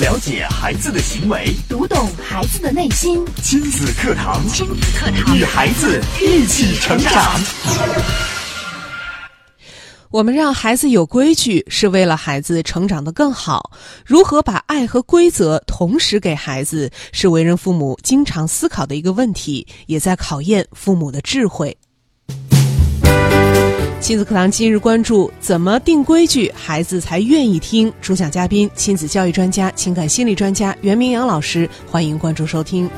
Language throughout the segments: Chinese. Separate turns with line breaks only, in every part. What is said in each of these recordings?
了解孩子的行为，
读懂孩子的内心。
亲子课堂，
亲子课堂
与孩子一起成长。
我们让孩子有规矩，是为了孩子成长得更好。如何把爱和规则同时给孩子，是为人父母经常思考的一个问题，也在考验父母的智慧。亲子课堂今日关注：怎么定规矩，孩子才愿意听？主讲嘉宾：亲子教育专家、情感心理专家袁明阳老师。欢迎关注收听。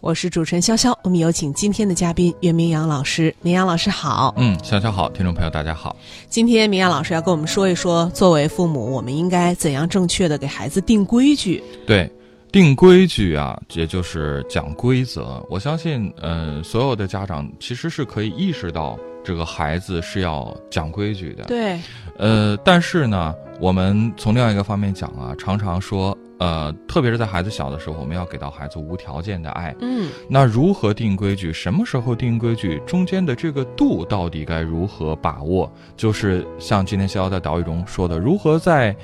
我是主持人潇潇，我们有请今天的嘉宾袁明阳老师。明阳老师好，
嗯，小小好，听众朋友大家好。
今天明阳老师要跟我们说一说，作为父母，我们应该怎样正确的给孩子定规矩？
对，定规矩啊，也就是讲规则。我相信，呃，所有的家长其实是可以意识到这个孩子是要讲规矩的。，
对，
呃，但是呢，我们从另外一个方面讲啊，常常说，呃，特别是在孩子小的时候，我们要给到孩子无条件的爱。
嗯，
那如何定规矩？什么时候定规矩？中间的这个度到底该如何把握？就是像今天逍遥在岛屿中说的，如何在，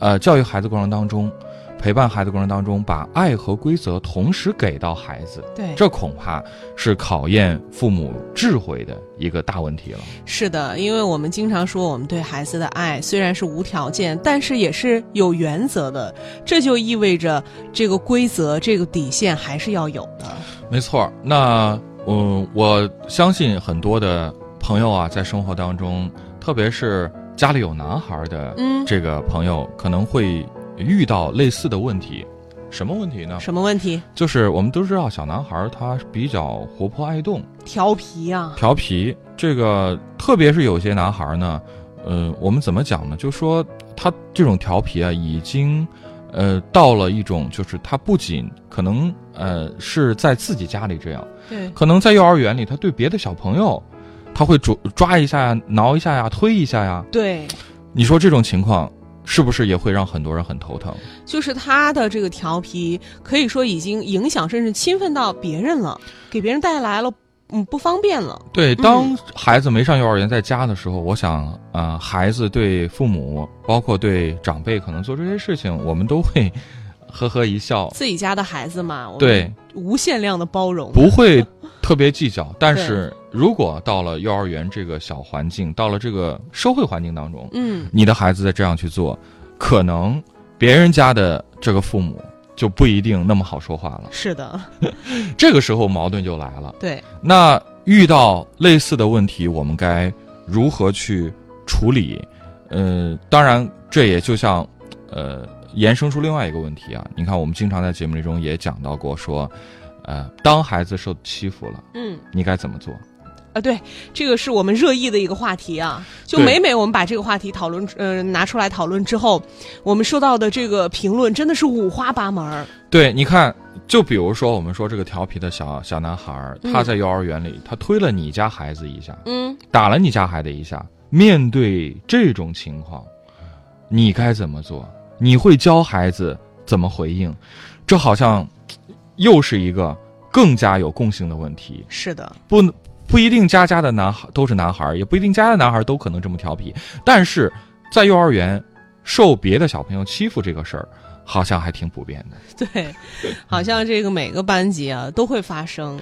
呃，教育孩子过程当中，陪伴孩子过程当中，把爱和规则同时给到孩子，
对，
这恐怕是考验父母智慧的一个大问题了。
是的，因为我们经常说，我们对孩子的爱虽然是无条件，但是也是有原则的。这就意味着这个规则、这个底线还是要有的。
没错儿，那嗯，我相信很多的朋友啊，在生活当中，特别是家里有男孩儿的
嗯
这个朋友，可能会遇到类似的问题。什么问题呢？
什么问题？
就是我们都知道，小男孩儿他比较活泼爱动，
调皮啊，
调皮。这个特别是有些男孩儿呢，呃，我们怎么讲呢？就说他这种调皮啊，已经，呃，到了一种就是他不仅可能呃是在自己家里这样，
对，
可能在幼儿园里，他对别的小朋友，他会抓抓一下呀、挠一下呀、推一下呀。
对，
你说这种情况是不是也会让很多人很头疼？
就是他的这个调皮，可以说已经影响甚至侵犯到别人了，给别人带来了嗯不方便了。
对，
嗯
当孩子没上幼儿园，在家的时候，我想，呃，孩子对父母，包括对长辈，可能做这些事情，我们都会呵呵一笑，
自己家的孩子嘛，我们
对，
无限量的包容，
不会特别计较。但是如果到了幼儿园这个小环境，到了这个社会环境当中，
嗯，
你的孩子再这样去做，可能别人家的这个父母就不一定那么好说话了。
是的，
这个时候矛盾就来了。
对，
那遇到类似的问题，我们该如何去处理？呃，当然，这也就像，呃，延伸出另外一个问题啊。你看，我们经常在节目里中也讲到过，说，呃，当孩子受欺负了，
嗯。
你该怎么做？
啊，对，这个是我们热议的一个话题啊。就
对
每每我们把这个话题讨论，呃，拿出来讨论之后，我们收到的这个评论真的是五花八门儿。
对，你看，就比如说，我们说这个调皮的小小男孩儿，
嗯
他在幼儿园里，他推了你家孩子一下，
嗯，
打了你家孩子一下。面对这种情况，你该怎么做？你会教孩子怎么回应？这好像嘖又是一个更加有共性的问题。
是的，
不不一定家家的男孩都是男孩儿，也不一定家家的男孩儿都可能这么调皮。但是在幼儿园受别的小朋友欺负这个事儿，好像还挺普遍的。
对，好像这个每个班级啊都会发生。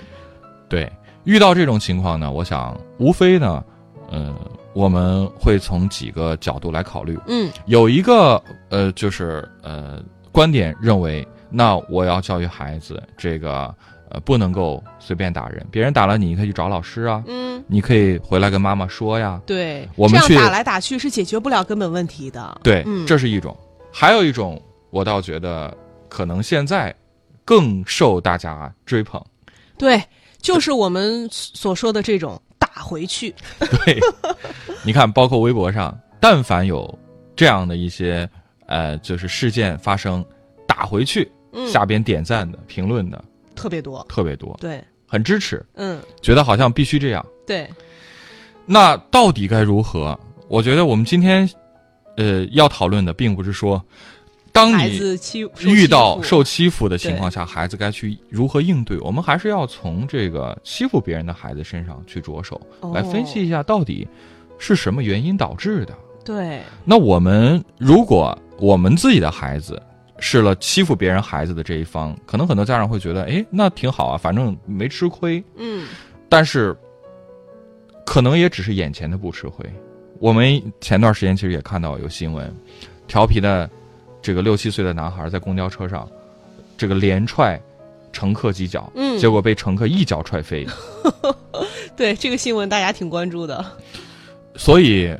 对，遇到这种情况呢，我想无非呢，呃，我们会从几个角度来考虑。
嗯，
有一个呃，就是呃，观点认为，那我要教育孩子这个呃，不能够随便打人，别人打了你，你可以去找老师啊，
嗯，
你可以回来跟妈妈说呀。
对，
我们
这
去
样打来打去是解决不了根本问题的。
对，
嗯
这是一种。还有一种，我倒觉得可能现在更受大家追捧。
对，就是我们所说的这种打回去。
对，你看，包括微博上，但凡有这样的一些呃，就是事件发生，打回去，
嗯，
下边点赞的、评论的
特别多。
特别多，
对，
很支持，
嗯，
觉得好像必须这样。
对，
那到底该如何？我觉得我们今天，呃，要讨论的并不是说，当
孩
你
子欺受欺
遇到
负
受欺负的情
对
况下，孩子该去如何应对？我们还是要从这个欺负别人的孩子身上去着手，
哦
来分析一下到底是什么原因导致的。
对，
那我们如果我们自己的孩子是了欺负别人孩子的这一方，可能很多家长会觉得，哎，那挺好啊，反正没吃亏。
嗯，
但是，可能也只是眼前的不吃亏。我们前段时间其实也看到有新闻，调皮的这个六七岁的男孩在公交车上，这个连踹乘客几脚，
嗯
结果被乘客一脚踹飞。
对这个新闻大家挺关注的，
所以，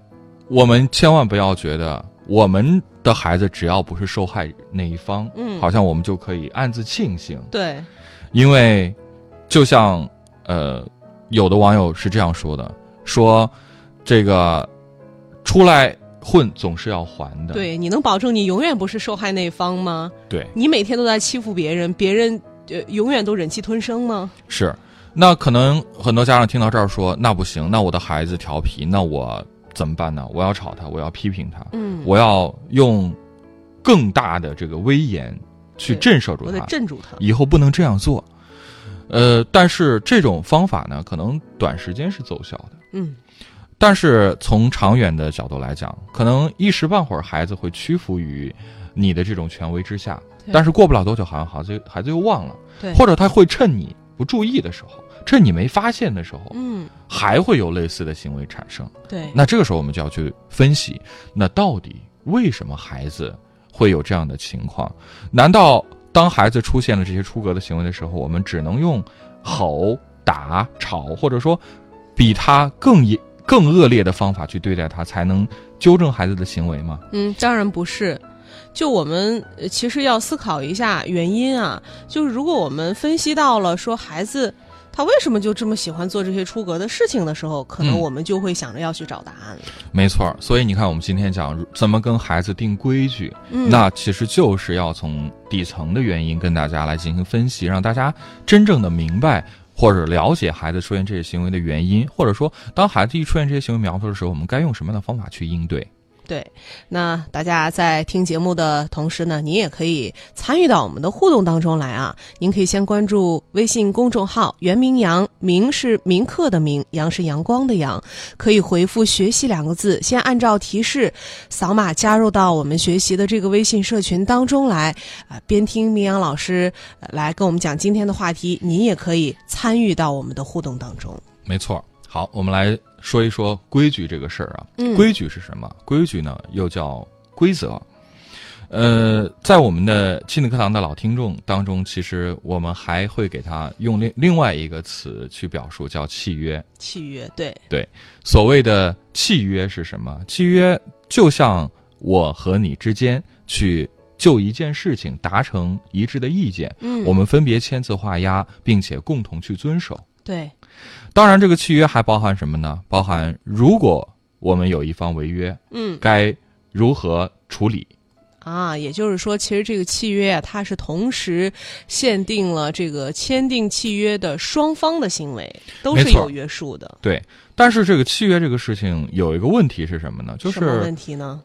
我们千万不要觉得我们的孩子只要不是受害那一方，
嗯
好像我们就可以暗自庆幸，
对，
因为就像呃，有的网友是这样说的，说这个出来混总是啊要还的，
对，你能保证你永远不是受害那一方吗？
对
你每天都在欺负别人，别人呃永远都忍气吞声吗？
是。那可能很多家长听到这儿说，那不行，那我的孩子调皮，那我怎么办呢？我要吵他，我要批评他，
嗯，
我要用更大的这个威严去
对
震慑住
我
他
得，镇住他。
以后不能这样做。呃，但是这种方法呢，可能短时间是奏效的，
嗯，
但是从长远的角度来讲，可能一时半会儿孩子会屈服于你的这种权威之下，
对
但是过不了多久，好像孩子孩子又忘了，
对，
或者他会趁你不注意的时候，趁你没发现的时候，
嗯，
还会有类似的行为产生。
对，
那这个时候我们就要去分析，那到底为什么孩子会有这样的情况？难道当孩子出现了这些出格的行为的时候，我们只能用吼、打、吵，或者说比他更严、更恶劣的方法去对待他，才能纠正孩子的行为吗？
嗯，当然不是。就我们呃其实要思考一下原因啊，就是如果我们分析到了说孩子他为什么就这么喜欢做这些出格的事情的时候，可能
嗯
我们就会想着要去找答案了。
没错儿，所以你看，我们今天讲如怎么跟孩子定规矩，
嗯，
那其实就是要从底层的原因跟大家来进行分析，让大家真正的明白或者了解孩子出现这些行为的原因，或者说当孩子一出现这些行为苗头的时候，我们该用什么样的方法去应对。
对，那大家在听节目的同时呢，您也可以参与到我们的互动当中来啊。您可以先关注微信公众号“袁明阳”，明是明课的明，阳是阳光的阳，可以回复“学习”两个字，先按照提示扫码加入到我们学习的这个微信社群当中来啊、边听明阳老师、呃来跟我们讲今天的话题，您也可以参与到我们的互动当中。
没错，好，我们来说一说规矩这个事儿啊。
嗯
规矩是什么？规矩呢，又叫规则。呃，在我们的亲子课堂的老听众当中，其实我们还会给他用另另外一个词去表述，叫契约。
契约对，
所谓的契约是什么？契约就像我和你之间去就一件事情达成一致的意见，
嗯
我们分别签字画押，并且共同去遵守。
对，
当然，这个契约还包含什么呢？包含如果我们有一方违约，
嗯。
该如何处理？
啊，也就是说，其实这个契约啊，它是同时限定了这个签订契约的双方的行为，都
没
是
错
有约束的。
对，但是这个契约这个事情有一个问题是什么呢？就
什么
是
问题呢？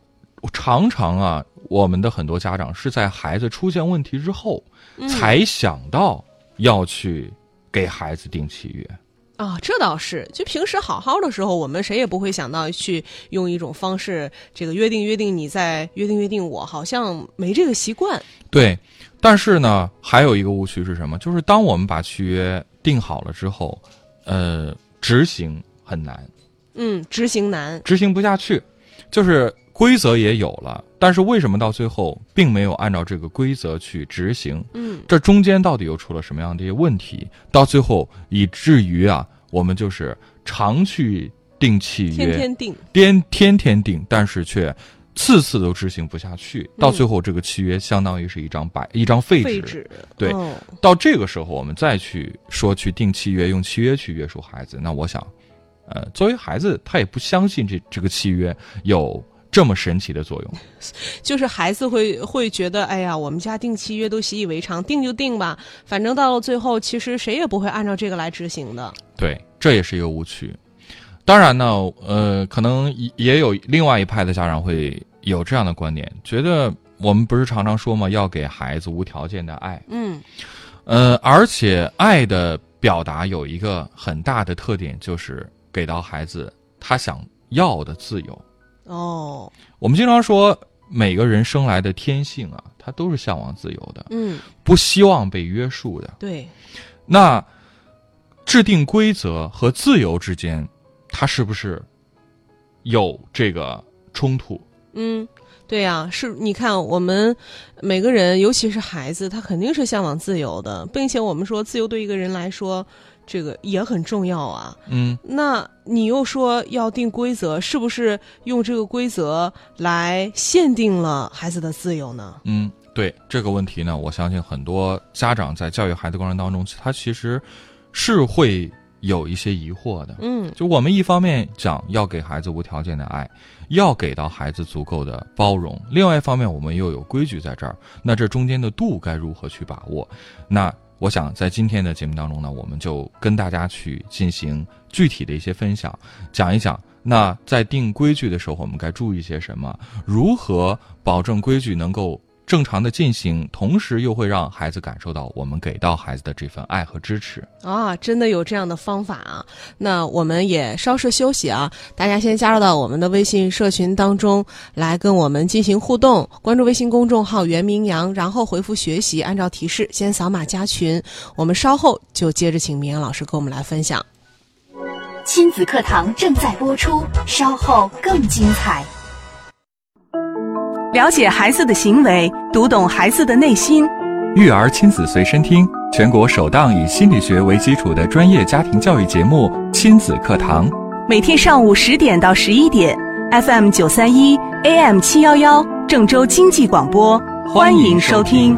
常常啊，我们的很多家长是在孩子出现问题之后，才想到要去给孩子定契约。
啊，这倒是，就平时好好的时候，我们谁也不会想到去用一种方式，这个约定约定你再约定约定我，好像没这个习惯。
对，但是呢，还有一个误区是什么？就是当我们把契约定好了之后，呃，执行很难，
嗯，执行难。
执行不下去，就是规则也有了，但是为什么到最后并没有按照这个规则去执行？
嗯，
这中间到底又出了什么样的一些问题？到最后以至于啊，我们就是常去定契约，
天天定。
天天天定，但是却次次都执行不下去，到最后这个契约相当于是一张白一张废纸。
嗯废纸，
对
哦
到这个时候，我们再去说去定契约，用契约去约束孩子，那我想，呃，作为孩子，他也不相信这这个契约有这么神奇的作用。
就是孩子会会觉得，哎呀，我们家定契约都习以为常，定就定吧，反正到了最后，其实谁也不会按照这个来执行的。
对，这也是一个误区。当然呢，呃，可能也也有另外一派的家长会有这样的观点，觉得我们不是常常说嘛，要给孩子无条件的爱。
嗯
呃，而且爱的表达有一个很大的特点，就是给到孩子他想要的自由。
哦
我们经常说，每个人生来的天性啊，他都是向往自由的，
嗯，
不希望被约束的。
对，
那制定规则和自由之间，它是不是有这个冲突？
嗯，对呀、是你看我们每个人，尤其是孩子，他肯定是向往自由的，并且我们说自由对一个人来说，这个也很重要啊。
嗯，
那你又说要定规则，是不是用这个规则来限定了孩子的自由呢？
嗯，对这个问题呢，我相信很多家长在教育孩子过程当中，他其实是会有一些疑惑的。
嗯
就我们一方面讲要给孩子无条件的爱，要给到孩子足够的包容；另外一方面，我们又有规矩在这儿，那这中间的度该如何去把握？那我想在今天的节目当中呢，我们就跟大家去进行具体的一些分享，讲一讲。那在定规矩的时候，我们该注意些什么？如何保证规矩能够正常的进行，同时又会让孩子感受到我们给到孩子的这份爱和支持？
啊，真的有这样的方法啊！那我们也稍事休息啊，大家先加入到我们的微信社群当中来跟我们进行互动，关注微信公众号“袁明阳”，然后回复“学习”，按照提示先扫码加群。我们稍后就接着请明阳老师跟我们来分享。
亲子课堂正在播出，稍后更精彩。
了解孩子的行为，读懂孩子的内心。
育儿亲子随身听，全国首档以心理学为基础的专业家庭教育节目《亲子课堂》。
每天上午十点到十一点，FM 九三一，AM 七幺幺，郑州经济广播，欢迎收听。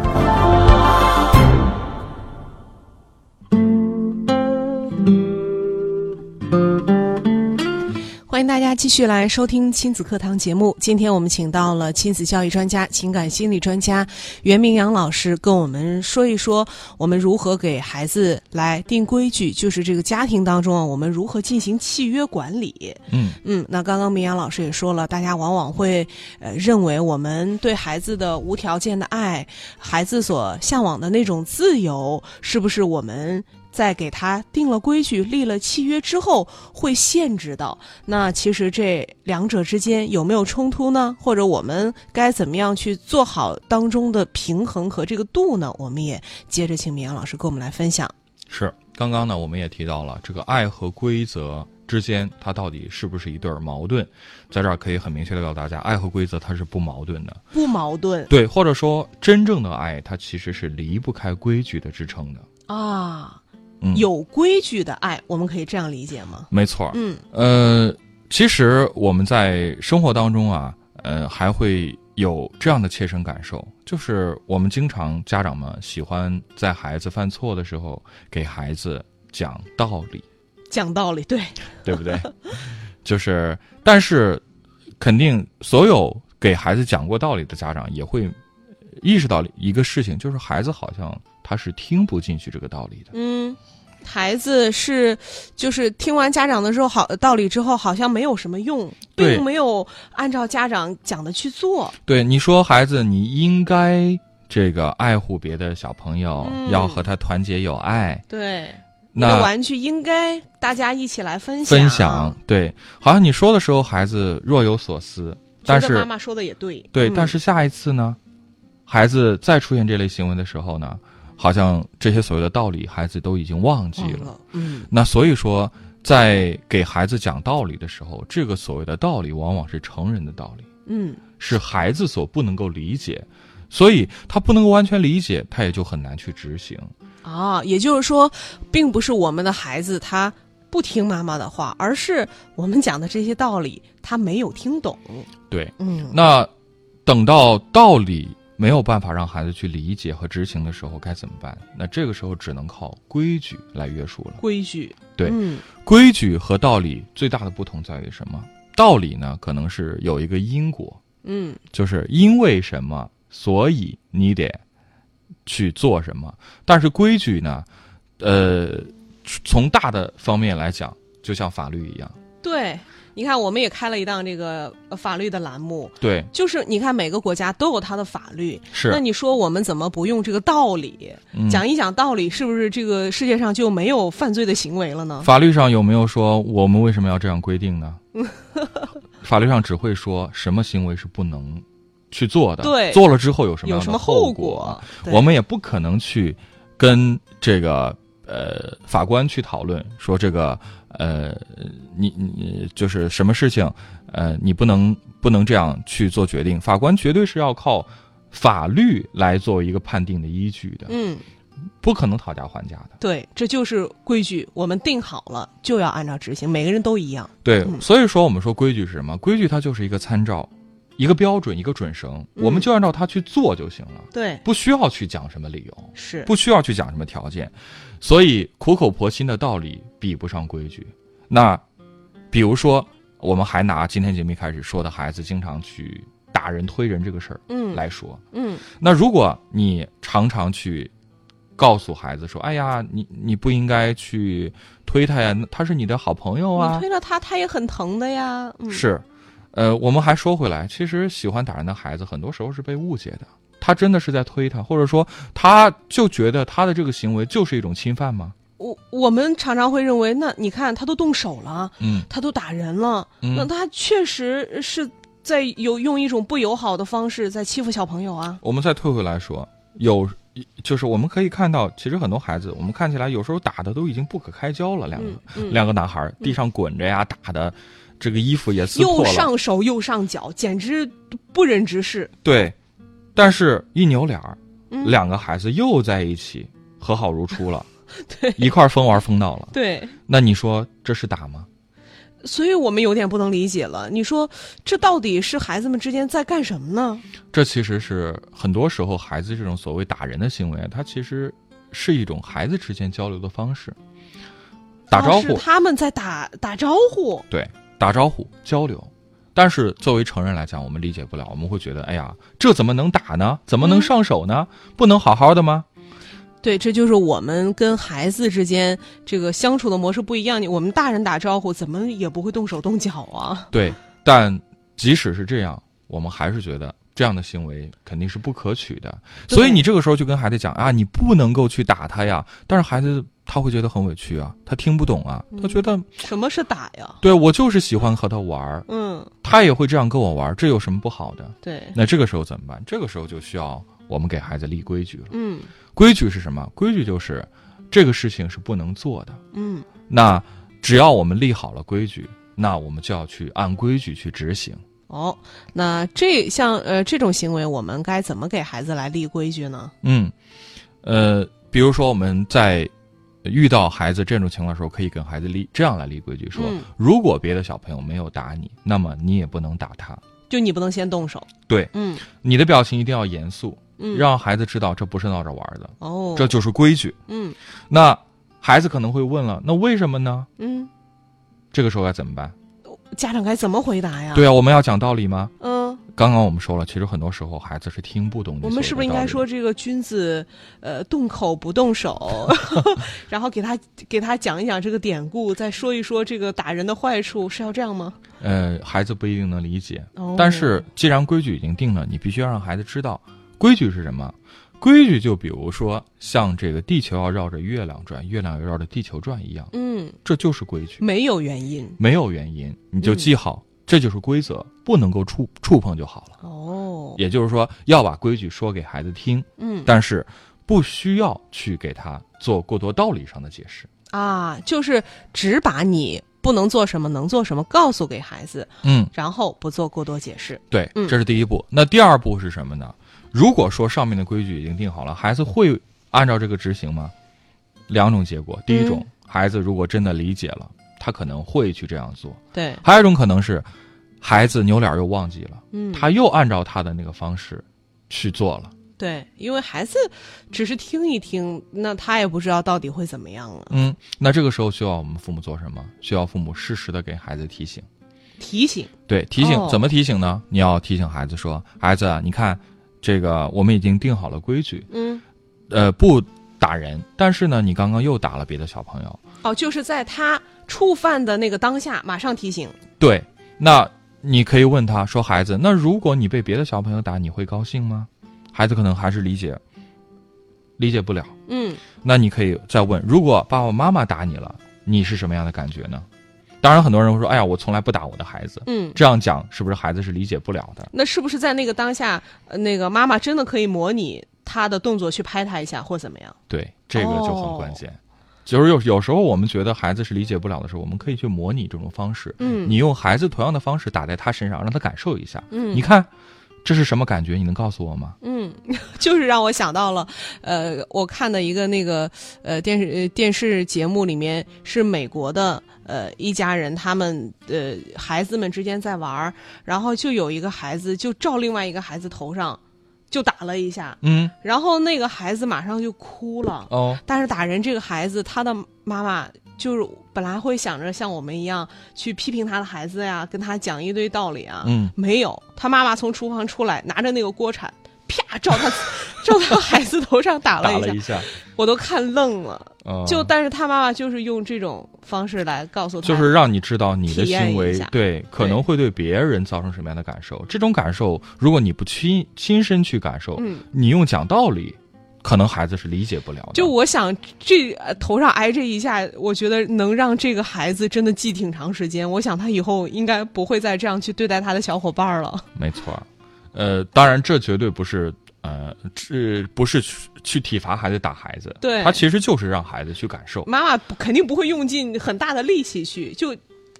欢迎大家继续来收听亲子课堂节目。今天我们请到了亲子教育专家、情感心理专家袁明阳老师，跟我们说一说我们如何给孩子来定规矩，就是这个家庭当中啊，我们如何进行契约管理。
嗯，
嗯，那刚刚明阳老师也说了，大家往往会呃认为我们对孩子的无条件的爱，孩子所向往的那种自由，是不是我们在给他定了规矩、立了契约之后会限制到？那其实这两者之间有没有冲突呢？或者我们该怎么样去做好当中的平衡和这个度呢？我们也接着请明阳老师跟我们来分享。
是，刚刚呢，我们也提到了这个爱和规则之间，它到底是不是一对儿矛盾？在这儿可以很明确的告诉大家，爱和规则它是不矛盾的。
不矛盾
对，或者说真正的爱，它其实是离不开规矩的支撑的。
啊，
嗯，
有规矩的爱，我们可以这样理解吗？
没错儿。
嗯。
呃，其实我们在生活当中啊，呃，还会有这样的切身感受，就是我们经常家长们喜欢在孩子犯错的时候给孩子讲道理。
讲道理，对，
对不对？就是，但是肯定所有给孩子讲过道理的家长也会意识到一个事情，就是孩子好像他是听不进去这个道理的。
嗯，孩子是就是听完家长的时候好道理之后，好像没有什么用，
对
并没有按照家长讲的去做。
对，你说孩子，你应该这个爱护别的小朋友，
嗯
要和他团结友爱。
对，你的
那
玩具应该大家一起来分享。
分享，对，好像你说的时候，孩子若有所思，但
觉得
是
妈妈说的也对，
对，
嗯
但是下一次呢，孩子再出现这类行为的时候呢，好像这些所谓的道理，孩子都已经忘记
忘
了。
了，嗯，
那所以说，在给孩子讲道理的时候，这个所谓的道理，往往是成人的道理，
嗯，
是孩子所不能够理解，所以他不能够完全理解，他也就很难去执行。
啊，也就是说，并不是我们的孩子他。不听妈妈的话，而是我们讲的这些道理，他没有听懂。
对，
嗯，
那等到道理没有办法让孩子去理解和执行的时候，该怎么办？那这个时候只能靠规矩来约束了。
规矩，
对
嗯，
规矩和道理最大的不同在于什么？道理呢，可能是有一个因果，
嗯，
就是因为什么，所以你得去做什么。但是规矩呢，呃，从大的方面来讲，就像法律一样，
对，你看，我们也开了一档这个呃法律的栏目，
对，
就是你看每个国家都有它的法律，
是
那你说我们怎么不用这个道理、
嗯
讲一讲道理，是不是这个世界上就没有犯罪的行为了呢？
法律上有没有说我们为什么要这样规定 呢？法律上只会说什么行为是不能去做的，
对
做了之后有什么
有
样
什
的
么
后啊
果？对
我们也不可能去跟这个呃法官去讨论说这个呃你你就是什么事情呃你不能不能这样去做决定，法官绝对是要靠法律来作为一个判定的依据的，
嗯，
不可能讨价还价的。
对，这就是规矩，我们定好了就要按照执行，每个人都一样。
对，
嗯
所以说我们说规矩是什么？规矩它就是一个参照，一个标准，一个准绳，
嗯
我们就按照它去做就行了，
对，
不需要去讲什么理由，
是，
不需要去讲什么条件。所以苦口婆心的道理比不上规矩。那比如说，我们还拿今天节目一开始说的孩子经常去打人、推人这个事儿
嗯，，
来说，
嗯，
那如果你常常去告诉孩子说：“哎呀，你你不应该去推他呀，他是你的好朋友啊。”
你推了他，他也很疼的呀。嗯，
是，呃，我们还说回来，其实喜欢打人的孩子，很多时候是被误解的。他真的是在推他，或者说他就觉得他的这个行为就是一种侵犯吗？
我我们常常会认为，那你看他都动手了，
嗯
他都打人了，那
嗯，
他确实是在有用一种不友好的方式在欺负小朋友啊。
我们再退回来说，有就是我们可以看到，其实很多孩子，我们看起来有时候打的都已经不可开交了，两个、
嗯嗯，
两个男孩地上滚着呀，打的这个衣服也撕破
又
了，
上手又上脚，简直不忍直视。
对，但是一扭脸儿，
嗯
两个孩子又在一起和好如 初了，
对
一块儿疯玩疯闹了。
对，
那你说这是打吗？
所以我们有点不能理解了。你说这到底是孩子们之间在干什么呢？
这其实是很多时候孩子这种所谓打人的行为，它其实是一种孩子之间交流的方式，打招
啊是
呼，
他们在打打招呼。
对，打招呼交流。但是作为成人来讲，我们理解不了，我们会觉得，哎呀，这怎么能打呢？怎么能
嗯
上手呢？不能好好的吗？
对，这就是我们跟孩子之间这个相处的模式不一样。你我们大人打招呼怎么也不会动手动脚啊？
对，但即使是这样，我们还是觉得这样的行为肯定是不可取的。
对
所以你这个时候就跟孩子讲啊，你不能够去打他呀。但是孩子他会觉得很委屈啊，他听不懂啊，
嗯
他觉得、
什么是打呀？
对我就是喜欢和他玩儿，
嗯，
他也会这样跟我玩儿，这有什么不好的？
对，
那这个时候怎么办？这个时候就需要我们给孩子立规矩了。
嗯
规矩是什么？规矩就是这个事情是不能做的。
嗯，
那只要我们立好了规矩，那我们就要去按规矩去执行。
哦，那这像呃这种行为，我们该怎么给孩子来立规矩呢？
嗯，呃，比如说我们在遇到孩子这种情况的时候，可以跟孩子立这样来立规矩，说、
嗯
如果别的小朋友没有打你，那么你也不能打他。
就你不能先动手。
对
嗯
你的表情一定要严肃，
嗯，
让孩子知道这不是闹着玩的，
哦，
这就是规矩。
嗯
那孩子可能会问了，那为什么呢？
嗯，
这个时候该怎么办？
家长该怎么回答呀？
对啊，我们要讲道理吗？
嗯，
刚刚我们说了，其实很多时候孩子是听不懂
我
你所谓
们是不
的
是应
道
该
理
说这个君子，呃，动口不动 手，然后给他给他讲一讲这个典故，再说一说这个打人的坏处，是要这样吗？
呃，孩子不一定能理解，
哦
但是既然规矩已经定了，你必须要让孩子知道规矩是什么。规矩就比如说像这个地球要绕着月亮转，月亮要绕着地球转一样，
嗯，
这就是规矩，
没有原因
没有原因，你就记好，这就是规则，不能够触触碰就好了。
哦，
也就是说，要把规矩说给孩子听，
嗯
但是不需要去给他做过多道理上的解释。
啊，就是只把你不能做什么，能做什么告诉给孩子，
嗯，
然后不做过多解释。
对，
嗯
这是第一步。那第二步是什么呢？如果说上面的规矩已经定好了，孩子会按照这个执行吗？两种结果，第一
嗯
种，孩子如果真的理解了，他可能会去这样做；
对，
还有一种可能是，孩子扭脸又忘记了，
嗯，
他又按照他的那个方式去做了。
对，因为孩子只是听一听，那他也不知道到底会怎么样了。
嗯，那这个时候需要我们父母做什么？需要父母适时的给孩子提醒。
提醒，
对，提醒、
哦
怎么提醒呢？你要提醒孩子说：“孩子啊，你看，这个我们已经定好了规矩，
嗯
呃，不打人，但是呢，你刚刚又打了别的小朋友。
哦，就是在他触犯的那个当下，马上提醒。
对，那你可以问他说：“孩子，那如果你被别的小朋友打，你会高兴吗？”孩子可能还是理解，理解不了。
嗯，
那你可以再问：如果爸爸妈妈打你了，你是什么样的感觉呢？当然，很多人会说：“哎呀，我从来不打我的孩子。”
嗯
这样讲是不是孩子是理解不了的？
那是不是在那个当下，呃那个妈妈真的可以模拟他的动作去拍他一下，或怎么样？
对，这个就很
哦
关键。就是有有时候我们觉得孩子是理解不了的时候，我们可以去模拟这种方式。
嗯
你用孩子同样的方式打在他身上，让他感受一下。
嗯
你看这是什么感觉？你能告诉我吗？
嗯， 就是让我想到了，呃，我看的一个那个呃电视呃电视节目里面是美国的呃一家人，他们呃孩子们之间在玩儿，然后就有一个孩子就照另外一个孩子头上就打了一下，
嗯，
然后那个孩子马上就哭了。
哦，
但是打人这个孩子，他的妈妈就是本来会想着像我们一样去批评他的孩子呀，跟他讲一堆道理啊，
嗯
没有，他妈妈从厨房出来，拿着那个锅铲，啪照 他照他孩子头上打了
打
一
了
下，
一下，
我都看愣了。
哦
就但是他妈妈就是用这种方式来告诉他，
就是让你知道你的
体验
行
一
为
下
对可能会对别人造成什么样的感受。这种感受，如果你不亲亲身去感受，
嗯
你用讲道理，可能孩子是理解不了的。
就我想这呃头上挨这一下，我觉得能让这个孩子真的记挺长时间。我想他以后应该不会再这样去对待他的小伙伴儿了。
没错儿，呃，当然这绝对不是呃，这不是去去体罚孩子打孩子，
对
他其实就是让孩子去感受，
妈妈不肯定不会用尽很大的力气去，就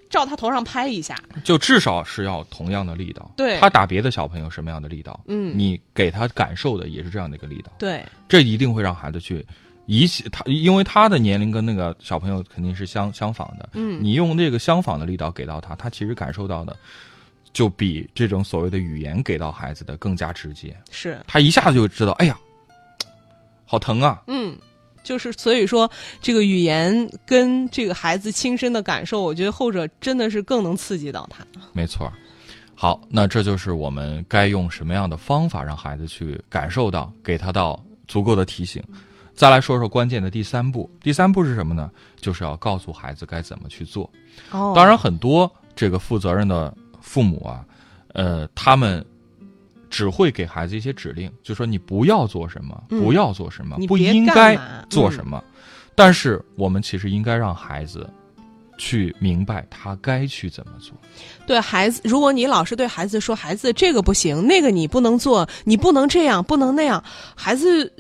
照他头上拍一下。
就至少是要同样的力道。
对
他打别的小朋友什么样的力道，
嗯
你给他感受的也是这样的一个力道，
对，
这一定会让孩子去。以起他，因为他的年龄跟那个小朋友肯定是相相仿的，
嗯
你用这个相仿的力道给到他，他其实感受到的，就比这种所谓的语言给到孩子的更加直接，
是，
他一下子就知道，哎呀，好疼啊，
嗯，就是所以说这个语言跟这个孩子亲身的感受，我觉得后者真的是更能刺激到他。
没错儿。好，那这就是我们该用什么样的方法让孩子去感受到，给他到足够的提醒。再来说说关键的第三步，第三步是什么呢？就是要告诉孩子该怎么去做。
哦
当，然，很多这个负责任的父母啊，呃，他们只会给孩子一些指令，就说你不要做什么，
嗯
不要做什么，
你
不
别
应
干
该
嘛
做
嗯
什么。但是，我们其实应该让孩子去明白他该去怎么做。
对孩子，如果你老是对孩子说“孩子这个不行，那个你不能做，你不能这样，不能那样”，孩子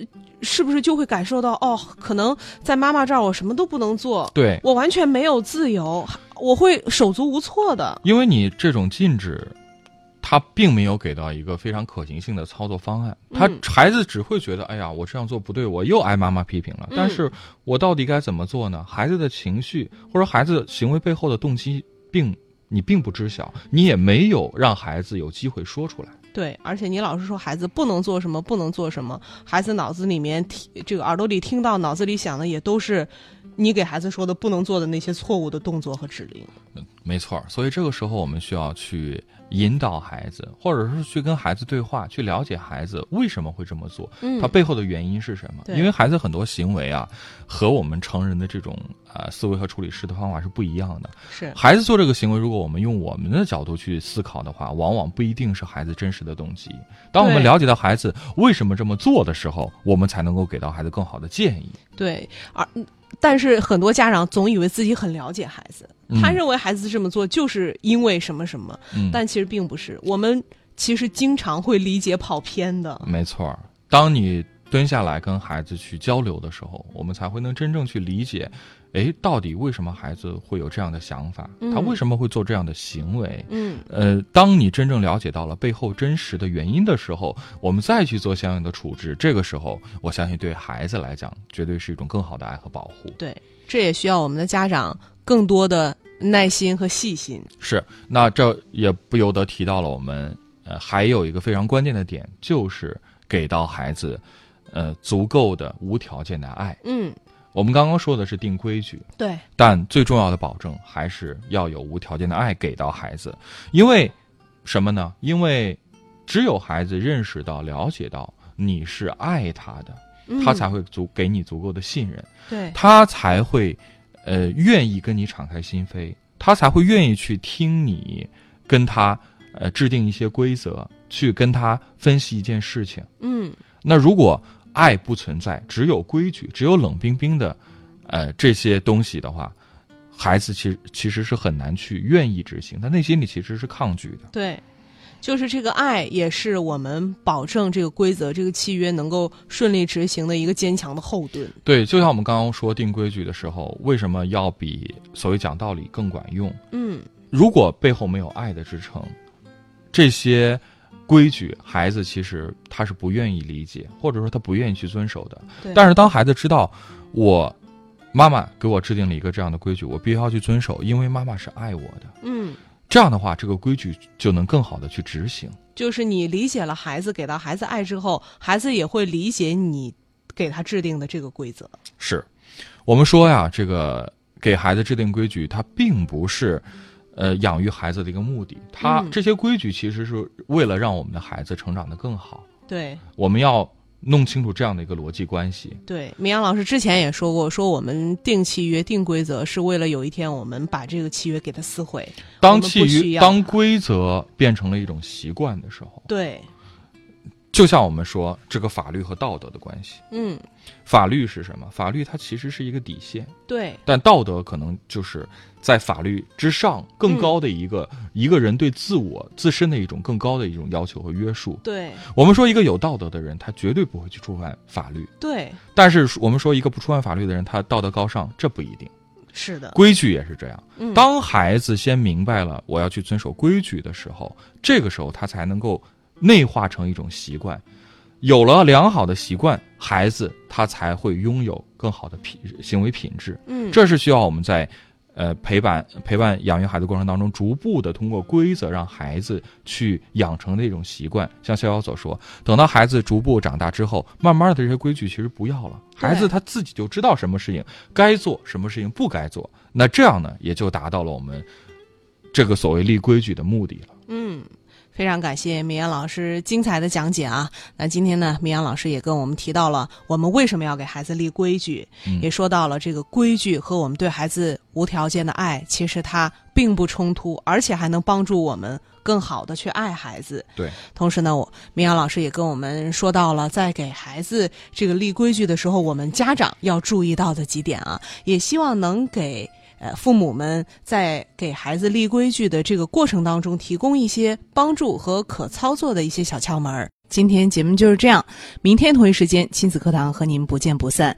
是不是就会感受到哦，可能在妈妈这儿我什么都不能做，
对，
我完全没有自由，我会手足无措的。
因为你这种禁止，他并没有给到一个非常可行性的操作方案，他
嗯
孩子只会觉得，哎呀，我这样做不对，我又挨妈妈批评了。但是我到底该怎么做呢？孩子的情绪或者孩子行为背后的动机，并你并不知晓，你也没有让孩子有机会说出来。
对，而且你老是说孩子不能做什么，不能做什么，孩子脑子里面听这个耳朵里听到，脑子里想的也都是你给孩子说的不能做的那些错误的动作和指令。
没错儿，所以这个时候我们需要去引导孩子，或者是去跟孩子对话，去了解孩子为什么会这么做，
嗯
他背后的原因是什么。
对
因为孩子很多行为啊，和我们成人的这种呃思维和处理事的方法是不一样的。
是，
孩子做这个行为，如果我们用我们的角度去思考的话，往往不一定是孩子真实的动机。当我们
对
了解到孩子为什么这么做的时候，我们才能够给到孩子更好的建议。
对，而但是很多家长总以为自己很了解孩子，他
嗯
认为孩子这么做就是因为什么什么，
嗯，
但其实并不是。我们其实经常会理解跑偏的。
没错儿，当你蹲下来跟孩子去交流的时候，我们才会能真正去理解，诶，到底为什么孩子会有这样的想法，
嗯
他为什么会做这样的行为。
嗯，
呃，当你真正了解到了背后真实的原因的时候，我们再去做相应的处置，这个时候，我相信对孩子来讲，绝对是一种更好的爱和保护。
对，这也需要我们的家长更多的耐心和细心。
是，那这也不由得提到了我们呃，还有一个非常关键的点，就是给到孩子，呃，足够的无条件的爱。
嗯，
我们刚刚说的是定规矩，
对，
但最重要的保证还是要有无条件的爱给到孩子，因为什么呢？因为只有孩子认识到、了解到你是爱他的，
嗯
他才会足给你足够的信任，
对，
他才会，呃，愿意跟你敞开心扉，他才会愿意去听你跟他呃制定一些规则，去跟他分析一件事情。
嗯，
那如果爱不存在，只有规矩，只有冷冰冰的，呃，这些东西的话，孩子其实其实是很难去愿意执行，他内心里其实是抗拒的。
对，就是这个爱，也是我们保证这个规则、这个契约能够顺利执行的一个坚强的后盾。
对，就像我们刚刚说定规矩的时候，为什么要比所谓讲道理更管用？
嗯，
如果背后没有爱的支撑，这些规矩，孩子其实他是不愿意理解，或者说他不愿意去遵守的。
对。
但是当孩子知道我妈妈给我制定了一个这样的规矩，我必须要去遵守，因为妈妈是爱我的。
嗯，
这样的话，这个规矩就能更好的去执行。
就是你理解了孩子，给到孩子爱之后，孩子也会理解你给他制定的这个规则。
是我们说呀，这个给孩子制定规矩，它并不是。呃，养育孩子的一个目的，它
嗯
这些规矩其实是为了让我们的孩子成长得更好。
对
我们要弄清楚这样的一个逻辑关系。
对，明阳老师之前也说过，说我们定契约、定规则，是为了有一天我们把这个契约给它撕毁。我
当
们不
契
需
约、
要
当规则变成了一种习惯的时候，
对，
就像我们说这个法律和道德的关系，
嗯，
法律是什么？法律它其实是一个底线，
对，
但道德可能就是在法律之上更高的一个、一个人对自我自身的一种更高的一种要求和约束。
对，
我们说一个有道德的人，他绝对不会去触犯法律；
对，
但是我们说一个不触犯法律的人，他道德高尚，这不一定。
是的，
规矩也是这样。
嗯
当孩子先明白了我要去遵守规矩的时候，这个时候他才能够内化成一种习惯。有了良好的习惯，孩子他才会拥有更好的品行为品质。
嗯，
这是需要我们在，呃，陪伴陪伴养育孩子过程当中，逐步的通过规则让孩子去养成的一种习惯。像逍遥所说，等到孩子逐步长大之后，慢慢的这些规矩其实不要了，
对
孩子他自己就知道什么事情该做，什么事情不该做。那这样呢，也就达到了我们这个所谓立规矩的目的了。
嗯，非常感谢明阳老师精彩的讲解啊！那今天呢，明阳老师也跟我们提到了我们为什么要给孩子立规矩，
嗯
也说到了这个规矩和我们对孩子无条件的爱，其实它并不冲突，而且还能帮助我们更好的去爱孩子。
对，
同时呢，我明阳老师也跟我们说到了，在给孩子这个立规矩的时候，我们家长要注意到的几点啊，也希望能给呃父母们在给孩子立规矩的这个过程当中提供一些帮助和可操作的一些小窍门儿。今天节目就是这样，明天同一时间亲子课堂和您不见不散。